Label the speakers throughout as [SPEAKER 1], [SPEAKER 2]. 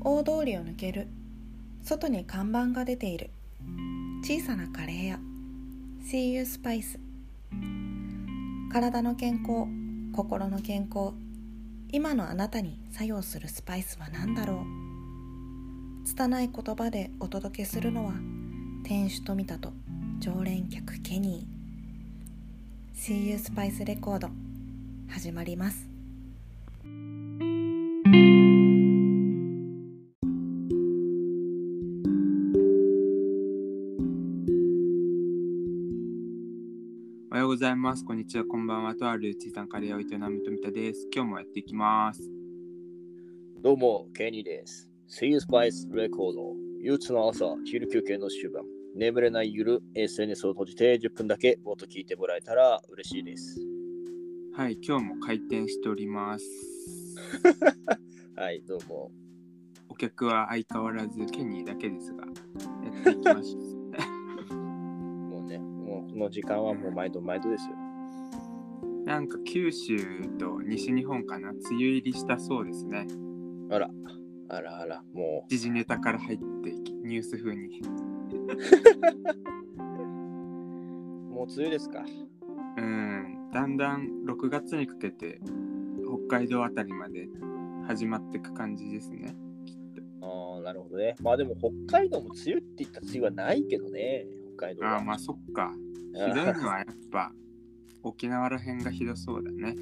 [SPEAKER 1] 大通りを抜ける外に看板が出ている小さなカレー屋 See you spice 体の健康心の健康今のあなたに作用するスパイスは何だろう拙い言葉でお届けするのは店主富田と常連客ケニー See you spice レコード始まります
[SPEAKER 2] おはようございます。こんにちは。こんばんは。とある小さなカレーを営む富田です。今日もやっていきます。
[SPEAKER 3] どうも、ケニーです。See you Spice Record。憂鬱の朝、昼休憩の終盤。眠れないゆる SNS を閉じて10分だけボート聞いてもらえたら嬉しいです。
[SPEAKER 2] はい、今日も開店しております。
[SPEAKER 3] はい、どうも。
[SPEAKER 2] お客は相変わらずケニーだけですが、やっていきましょう。
[SPEAKER 3] もうね、もうこの時間はもう毎度毎度ですよ。
[SPEAKER 2] なんか九州と西日本かな、梅雨入りしたそうですね。
[SPEAKER 3] あら、あらあら、も
[SPEAKER 2] 時事ネタから入っていき、ニュース風に。
[SPEAKER 3] う、もう梅雨ですか。
[SPEAKER 2] うん、だんだん6月にかけて北海道あたりまで始まっていく感じですね。
[SPEAKER 3] ああ、なるほどね。まあでも北海道も梅雨って言った梅雨はないけどね、北海道は。
[SPEAKER 2] ああ、まあそっか。ひどいのはやっぱ沖縄らへんがひどそうだね。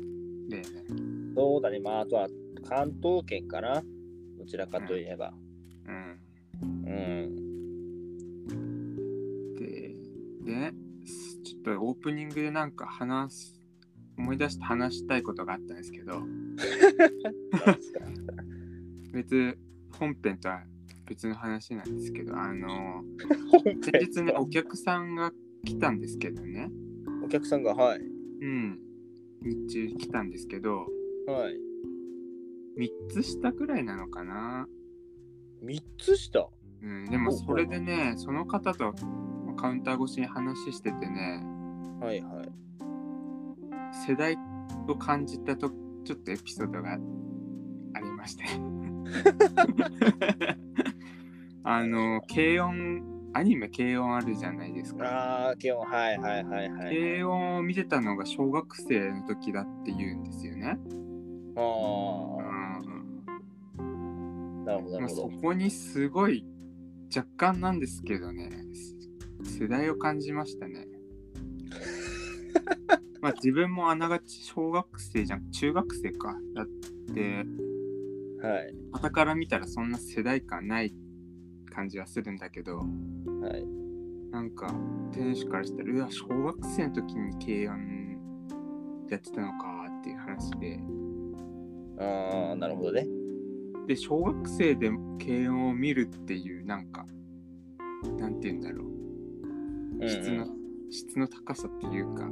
[SPEAKER 2] 例年。
[SPEAKER 3] そうだね、まああとは関東圏かな。どちらかといえば。
[SPEAKER 2] うん。
[SPEAKER 3] うん。
[SPEAKER 2] で、で、すちょっとオープニングでなんか話す、思い出して話したいことがあったんですけど、
[SPEAKER 3] なんですか
[SPEAKER 2] 別、本編とは別の話なんですけど、あの、
[SPEAKER 3] 本
[SPEAKER 2] 先
[SPEAKER 3] 編
[SPEAKER 2] 日ね、お客さんが来たんですけどね、
[SPEAKER 3] お客さんが、はい。
[SPEAKER 2] うん、日中来たんですけど、
[SPEAKER 3] はい。
[SPEAKER 2] 3つ下くらいなのかな。
[SPEAKER 3] 3つ下
[SPEAKER 2] うん、でも
[SPEAKER 3] ほう
[SPEAKER 2] それでね、その方とカウンター越しに話しててね、
[SPEAKER 3] はいはい。
[SPEAKER 2] 世代を感じたとちょっとエピソードがありまして あの軽音アニメ軽音あるじゃないですか
[SPEAKER 3] ああ、今日はいはいはいはい。
[SPEAKER 2] 軽音を見てたのが小学生の時だって言うんですよね、
[SPEAKER 3] あ
[SPEAKER 2] う
[SPEAKER 3] あ、なるほど
[SPEAKER 2] ん、
[SPEAKER 3] な
[SPEAKER 2] まあ
[SPEAKER 3] る
[SPEAKER 2] そ
[SPEAKER 3] ほ
[SPEAKER 2] こにすごい若干なんですけどねす世代を感じました ねまあ自分もあながち小学生じゃん中学生かだって
[SPEAKER 3] ど。はい
[SPEAKER 2] 傍から見たらそんな世代感ない感じはするんだけど
[SPEAKER 3] はい。
[SPEAKER 2] なんか店主からしたらうわ小学生の時に軽音やってたのかっていう話で
[SPEAKER 3] ああ、なるほどね。
[SPEAKER 2] で小学生で軽音を見るっていうなんかなんて言うんだろう
[SPEAKER 3] うん
[SPEAKER 2] 質の、質の高さっていうか、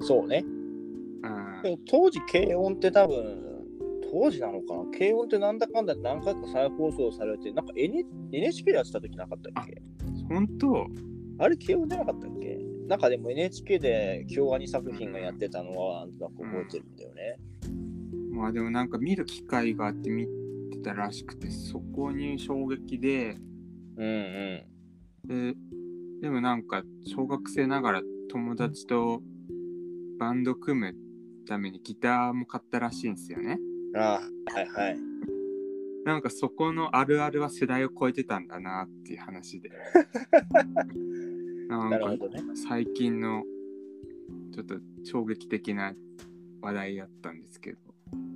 [SPEAKER 3] そうね。
[SPEAKER 2] うん
[SPEAKER 3] でも当時、軽音って多分、当時なのかな軽音ってなんだかんだ何回か再放送されて、なんか N NHK でやってた時なかったっけ
[SPEAKER 2] 本当
[SPEAKER 3] あれ、軽音じゃなかったっけなんかでも NHK で京アニ作品がやってたのは、なんか覚えてるんだよね。
[SPEAKER 2] まあでもなんか見る機会があって見てたらしくてそこに衝撃で
[SPEAKER 3] うんうん。
[SPEAKER 2] ででもなんか小学生ながら友達とバンド組むためにギターも買ったらしいんですよね
[SPEAKER 3] ああ、はいはい。
[SPEAKER 2] なんかそこのあるあるは世代を超えてたんだなっていう話 でな
[SPEAKER 3] なるほ
[SPEAKER 2] んか
[SPEAKER 3] どね。
[SPEAKER 2] 最近のちょっと衝撃的な話題だったんですけど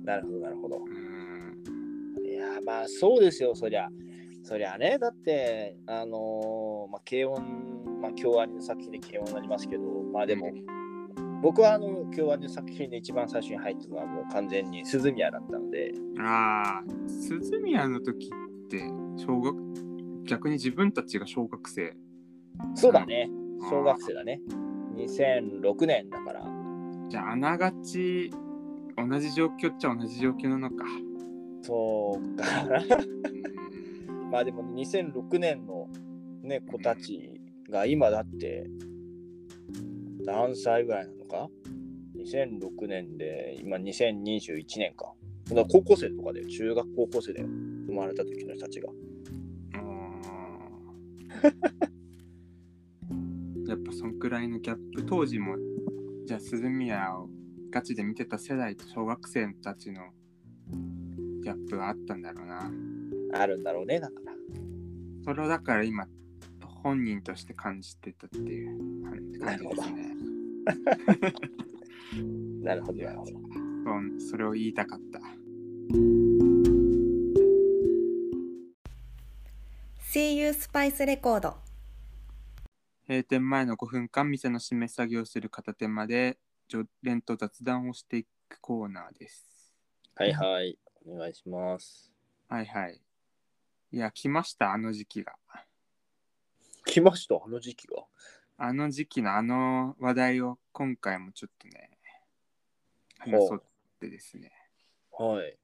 [SPEAKER 3] なるほど、なるほど。
[SPEAKER 2] うーん
[SPEAKER 3] いやーまあそうですよそりゃそりゃねだってあのーまあ軽音まあ京アニの作品で軽音になりますけどまあでも、僕はあの京アニの作品で一番最初に入ったのはもう完全に鈴宮だったので
[SPEAKER 2] ああ鈴宮の時って小学逆に自分たちが小学生
[SPEAKER 3] そうだね
[SPEAKER 2] うん
[SPEAKER 3] 小学生だね2006年だから
[SPEAKER 2] じゃあ、あながち、同じ状況っちゃ同じ状況なのか。
[SPEAKER 3] そうか
[SPEAKER 2] う
[SPEAKER 3] な
[SPEAKER 2] ん
[SPEAKER 3] まあでも2006年のね子たちが今だって何歳ぐらいなのか ?2006 年で今2021年か。だから高校生とかだよ。中学高校生だよ。生まれた時の人たちが。
[SPEAKER 2] うーん やっぱそんくらいのギャップ当時もじゃあ鈴宮をガチで見てた世代と小学生たちのギャップはあったんだろうな
[SPEAKER 3] あるんだろうね、だから。
[SPEAKER 2] それをだから今本人として感じてたっていう感じですね
[SPEAKER 3] なるほど、なるほど。
[SPEAKER 2] そうそれを言いたかった
[SPEAKER 1] See you Spice レコード
[SPEAKER 2] 閉店前の5分間店の締め作業をする片手間で常連と雑談をしていくコーナーです
[SPEAKER 3] はいはい、お願いします。
[SPEAKER 2] はいはいいや来ましたあの時期が
[SPEAKER 3] 来ました、あの時期が。
[SPEAKER 2] あの時期のあの話題を今回もちょっとね、話そうってですね、
[SPEAKER 3] はい。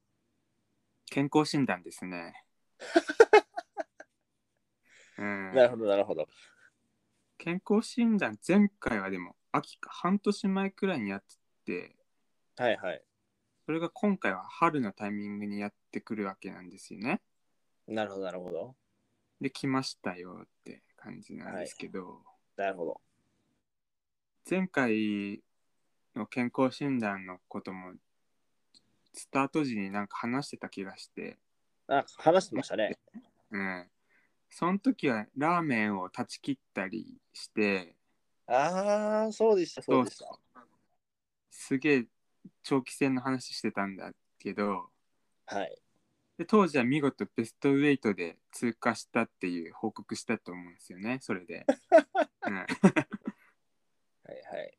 [SPEAKER 2] 健康診断ですね。 うん、
[SPEAKER 3] なるほど、なるほど。
[SPEAKER 2] 健康診断前回はでも秋か半年前くらいにやってて
[SPEAKER 3] はいはい。
[SPEAKER 2] それが今回は春のタイミングにやってくるわけなんですよね。
[SPEAKER 3] なるほど、なるほど。
[SPEAKER 2] で来ましたよって感じなんですけど、
[SPEAKER 3] なるほど。
[SPEAKER 2] 前回の健康診断のこともスタート時になんか話してた気がして、
[SPEAKER 3] あ、話してましたね。
[SPEAKER 2] うん。その時はラーメンを断ち切ったりして、
[SPEAKER 3] ああ、そうでした、そうでした。
[SPEAKER 2] すげえ長期戦の話してたんだけど、
[SPEAKER 3] はい。
[SPEAKER 2] で当時は見事ベストウェイトで通過したっていう報告したと思うんですよね、それで。
[SPEAKER 3] はいはい。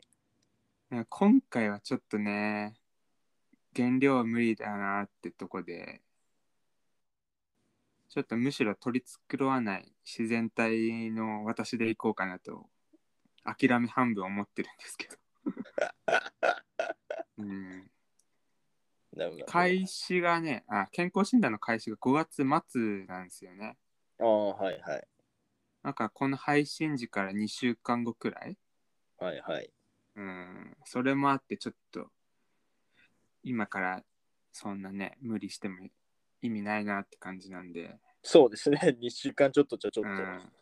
[SPEAKER 2] うん、今回はちょっとね、減量は無理だなってとこで、ちょっとむしろ取り繕わない自然体の私でいこうかなと、諦め半分思ってるんですけど。うん、
[SPEAKER 3] なるほど。
[SPEAKER 2] 開始がねあ、健康診断の開始が5月末なんですよね。
[SPEAKER 3] ああ、はいはい。
[SPEAKER 2] なんかこの配信時から2週間後くらい
[SPEAKER 3] はいはい。
[SPEAKER 2] うん、それもあってちょっと今からそんなね無理しても意味ないなって感じなんで、
[SPEAKER 3] そうですね。2週 間ちょっとじゃちょっ
[SPEAKER 2] う
[SPEAKER 3] と。
[SPEAKER 2] ん、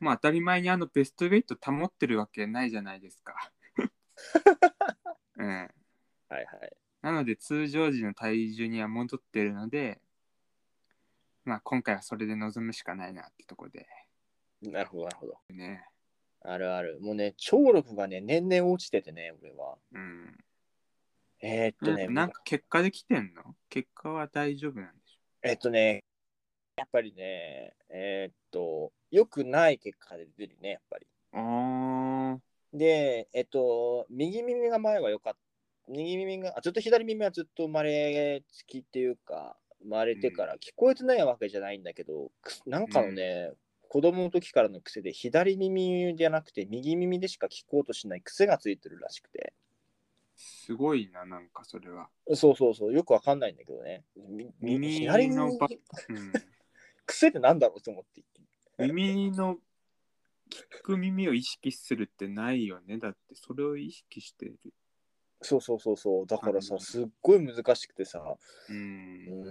[SPEAKER 2] まあ当たり前にあのベストウェイト保ってるわけないじゃないですか、うん、
[SPEAKER 3] はいはい。
[SPEAKER 2] なので通常時の体重には戻ってるのでまあ今回はそれで臨むしかないなってとこで
[SPEAKER 3] なるほど、なるほど。
[SPEAKER 2] ね
[SPEAKER 3] あるある。もうね、聴力がね、年々落ちててね、俺は。
[SPEAKER 2] うん
[SPEAKER 3] えー、っとね、
[SPEAKER 2] なんか結果できてんの結果は大丈夫なんでしょ
[SPEAKER 3] えっとね、やっぱりね、えーっと、良くない結果で出るね、やっぱり。
[SPEAKER 2] あー
[SPEAKER 3] で、えっと、右耳が前は良かった。右耳が、あ、ずっと左耳はずっと生まれつきっていうか、生まれてから聞こえてないわけじゃないんだけど、くすなんかのね、子供の時からの癖で左耳じゃなくて右耳でしか聞こうとしない癖がついてるらしくて。
[SPEAKER 2] すごいななんかそれは。
[SPEAKER 3] そうそうそう、よくわかんないんだけどね。みみ
[SPEAKER 2] 耳
[SPEAKER 3] 左
[SPEAKER 2] の
[SPEAKER 3] 耳
[SPEAKER 2] ばうん
[SPEAKER 3] 癖ってなんだろうと思って。
[SPEAKER 2] 耳の聞く耳を意識するってないよねだってそれを意識してる
[SPEAKER 3] そうそうそうそう。だから
[SPEAKER 2] う
[SPEAKER 3] さ、
[SPEAKER 2] ん
[SPEAKER 3] すっごい難しくてさ、
[SPEAKER 2] う
[SPEAKER 3] うん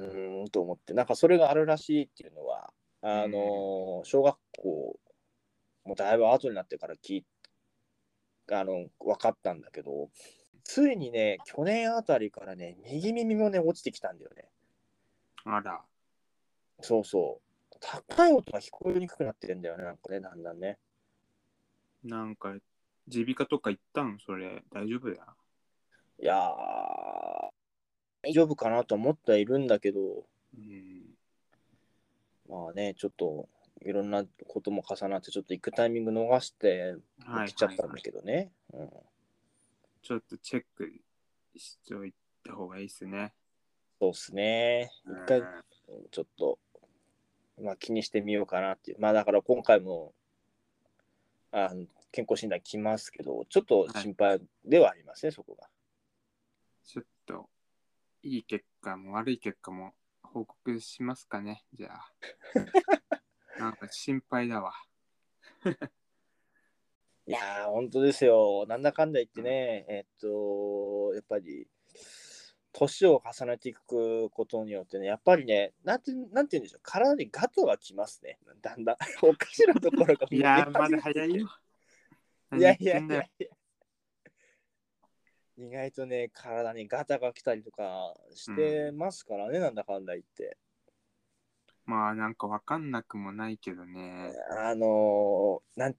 [SPEAKER 3] ーんと思って、なんかそれがあるらしいっていうのは、あのー、小学校、もうだいぶ後になってから聞いあの、分かったんだけど、ついにね、去年あたりからね、右耳もね、落ちてきたんだよね。
[SPEAKER 2] あら
[SPEAKER 3] そうそう。高い音が聞こえにくくなってるんだよね、なんかね、だんだんね。
[SPEAKER 2] なんか耳鼻科とか行ったんそれ大丈夫や
[SPEAKER 3] いやー、大丈夫かなと思ってはいるんだけど、
[SPEAKER 2] うん
[SPEAKER 3] まあね、ちょっといろんなことも重なって、ちょっと行くタイミング逃して
[SPEAKER 2] はい
[SPEAKER 3] 来ちゃっ
[SPEAKER 2] はい
[SPEAKER 3] たんだけどね。うん
[SPEAKER 2] ちょっとチェックしておいた方がいいっすね
[SPEAKER 3] そうっすね。
[SPEAKER 2] うん
[SPEAKER 3] 一回ちょっと、まあ、気にしてみようかなっていう。まあだから今回もあの健康診断来ますけど、ちょっと心配ではありますね、そこが。
[SPEAKER 2] ちょっといい結果も悪い結果も報告しますかねじゃ あなんか心配だわ
[SPEAKER 3] いやー、本当ですよ。なんだかんだ言ってね、えっと、やっぱり、年を重ねていくことによってね、やっぱりね、なんてなんて言うんでしょう、体にガトがきますね、だんだん。 おかしなところがもう
[SPEAKER 2] いやー、
[SPEAKER 3] 出
[SPEAKER 2] ま
[SPEAKER 3] 始
[SPEAKER 2] だ
[SPEAKER 3] めて
[SPEAKER 2] 早いよ。
[SPEAKER 3] いやいや
[SPEAKER 2] 何言ってん
[SPEAKER 3] い
[SPEAKER 2] だ
[SPEAKER 3] や
[SPEAKER 2] よ
[SPEAKER 3] いや。意外とね、体にガタが来たりとかしてますからね、なんだかんだ言って。
[SPEAKER 2] まあなんかわかんなくもないけどね。
[SPEAKER 3] あのー、なん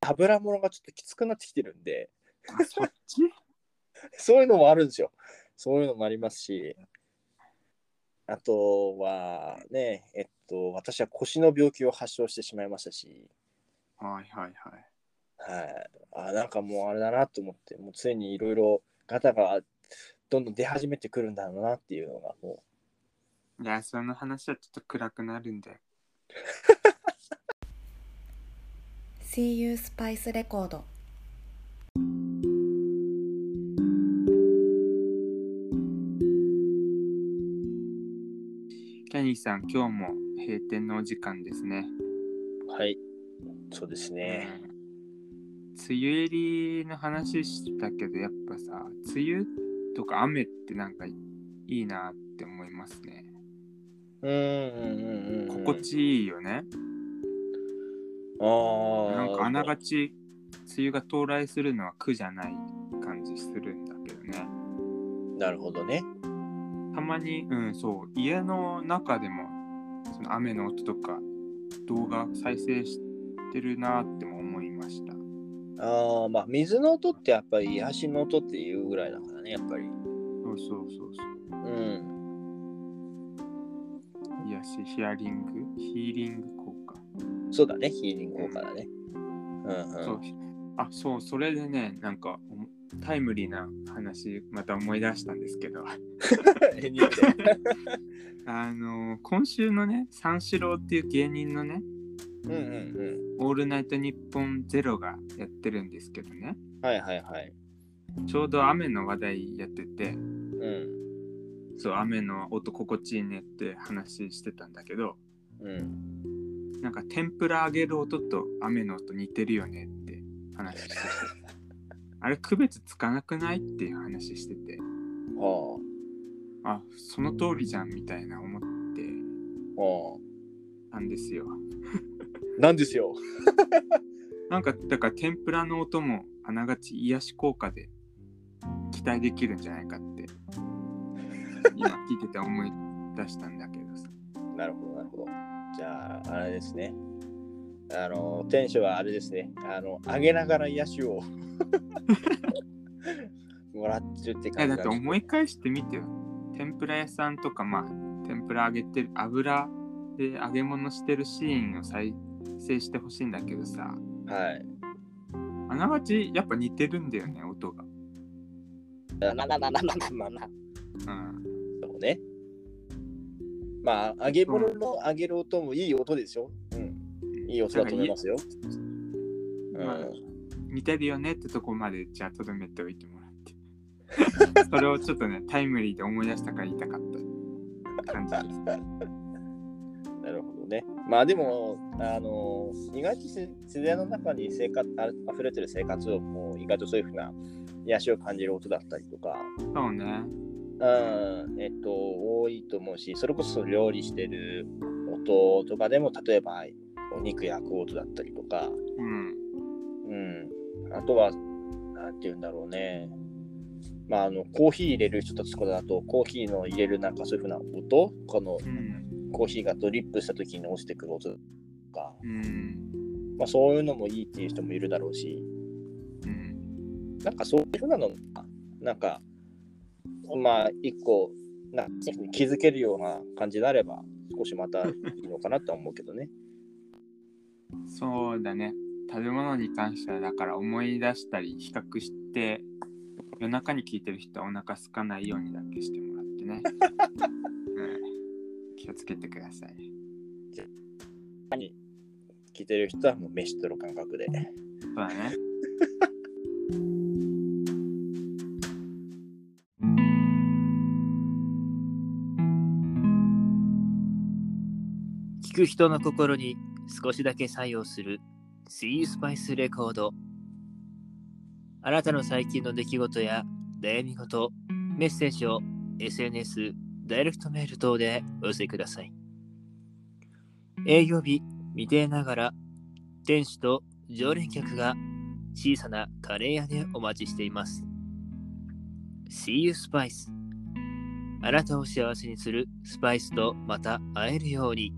[SPEAKER 3] 油物がちょっときつくなってきてるんで、
[SPEAKER 2] あそっち
[SPEAKER 3] そういうのもあるんですよ。そういうのもありますし、あとはね、えっと、私は腰の病気を発症してしまいましたし、
[SPEAKER 2] はいはいはい。
[SPEAKER 3] はい、あなんかもうあれだなと思って、もうついにいろいろガタがどんどん出始めてくるんだろうなっていうのが、もう
[SPEAKER 2] いや、その話はちょっと暗くなるんで。
[SPEAKER 1] See You Spice Record
[SPEAKER 2] キャニーさん、今日も閉店のお時間ですね。
[SPEAKER 3] はい、そうですね。
[SPEAKER 2] 梅雨入りの話したけどやっぱさ梅雨とか雨ってなんかいいなって思いますね
[SPEAKER 3] うんうんうんうん。
[SPEAKER 2] 心地いいよね、
[SPEAKER 3] ああ。
[SPEAKER 2] なんかあながち梅雨が到来するのは苦じゃない感じするんだけどね
[SPEAKER 3] なるほどね。
[SPEAKER 2] たまにうんそう家の中でもその雨の音とか動画再生してるなっても思いました
[SPEAKER 3] ああ、まあ水の音ってやっぱり癒しの音っていうぐらいだからね、やっぱり。
[SPEAKER 2] そうそうそうそう
[SPEAKER 3] うん。
[SPEAKER 2] 癒しヒアリングヒーリング効果
[SPEAKER 3] そうだね、ヒーリング効果だね。うんうん。
[SPEAKER 2] そうあそうそれでねなんかおもタイムリーな話また思い出したんですけ ど
[SPEAKER 3] エンディングで
[SPEAKER 2] あのー今週のね三四郎っていう芸人のね
[SPEAKER 3] うんうん
[SPEAKER 2] 「オールナイトニッポンゼロがやってるんですけどね
[SPEAKER 3] うん。はいはいはい。
[SPEAKER 2] ちょうど雨の話題やってて
[SPEAKER 3] うん。
[SPEAKER 2] そう雨の音心地いいねって話してたんだけど
[SPEAKER 3] うん。
[SPEAKER 2] なんか天ぷら揚げる音と雨の音似てるよねって話しててあれ区別つかなくないっていう話してて
[SPEAKER 3] は
[SPEAKER 2] あその通りじゃんみたいな思って
[SPEAKER 3] あ。は
[SPEAKER 2] たんですよ
[SPEAKER 3] あ。なんですよ。
[SPEAKER 2] なんかだから天ぷらの音もあながち癒し効果で期待できるんじゃないかって今聞いてて思い出したんだけどさ
[SPEAKER 3] なるほどなるほど。じゃあ、あれですね。あの、店主はあれですね。あの、上げながら癒しを もらってるって
[SPEAKER 2] いや
[SPEAKER 3] 感
[SPEAKER 2] だ
[SPEAKER 3] じ
[SPEAKER 2] って思い返してみてよ天ぷら屋さんとかまあ天ぷら揚げてる油で揚げ物してるシーンを再生してほしいんだけどさ
[SPEAKER 3] はい。
[SPEAKER 2] あながちやっぱ似てるんだよね音が、
[SPEAKER 3] ラララララララ
[SPEAKER 2] うん、
[SPEAKER 3] そうね。まあ、揚げ物の揚げる音もいい音でしょ。うん。いい音だと思いますよ。う
[SPEAKER 2] まあ
[SPEAKER 3] ん。
[SPEAKER 2] 似てるよねってとこまでじゃあとどめておいてもらって それをちょっとねタイムリーで思い出したから言いたかった感じです
[SPEAKER 3] なるほどね。まあでも、あの、意外とせ自然の中に生活あ溢れてる生活をもう意外とそういうふうな癒しを感じる音だったりとか、
[SPEAKER 2] そうね
[SPEAKER 3] うん、えっと、多いと思うし、それこそ料理してる音とかでも、例えばお肉焼く音だったりとか、
[SPEAKER 2] うん
[SPEAKER 3] うん、あとは、なんて言うんだろうね。まあ、あのコーヒー入れる人たちとかだとコーヒーの入れるなんかそういうふうな音この
[SPEAKER 2] うん
[SPEAKER 3] コーヒーがドリップした時に落ちてくる音とか
[SPEAKER 2] うん
[SPEAKER 3] まあ、そういうのもいいっていう人もいるだろうし、
[SPEAKER 2] うん
[SPEAKER 3] なんかそういうふうなのが、なんか、まあ、一個、なんか気づけるような感じになれば、少しまたいいのかなとは思うけどね。
[SPEAKER 2] そうだね食べ物に関してはだから思い出したり比較して夜中に聞いてる人はお腹空かないようにだけしてもらってね、うん、気をつけてください
[SPEAKER 3] 聞いてる人はもう飯とる感覚で。
[SPEAKER 2] そうだね
[SPEAKER 4] 聞く人の心に少しだけ作用する See You Spice Record あなたの最近の出来事や悩み事メッセージを SNS、ダイレクトメール等でお寄せください。営業日未定ながら、店主と常連客が小さなカレー屋でお待ちしています。See you Spice あなたを幸せにするスパイスとまた会えるように。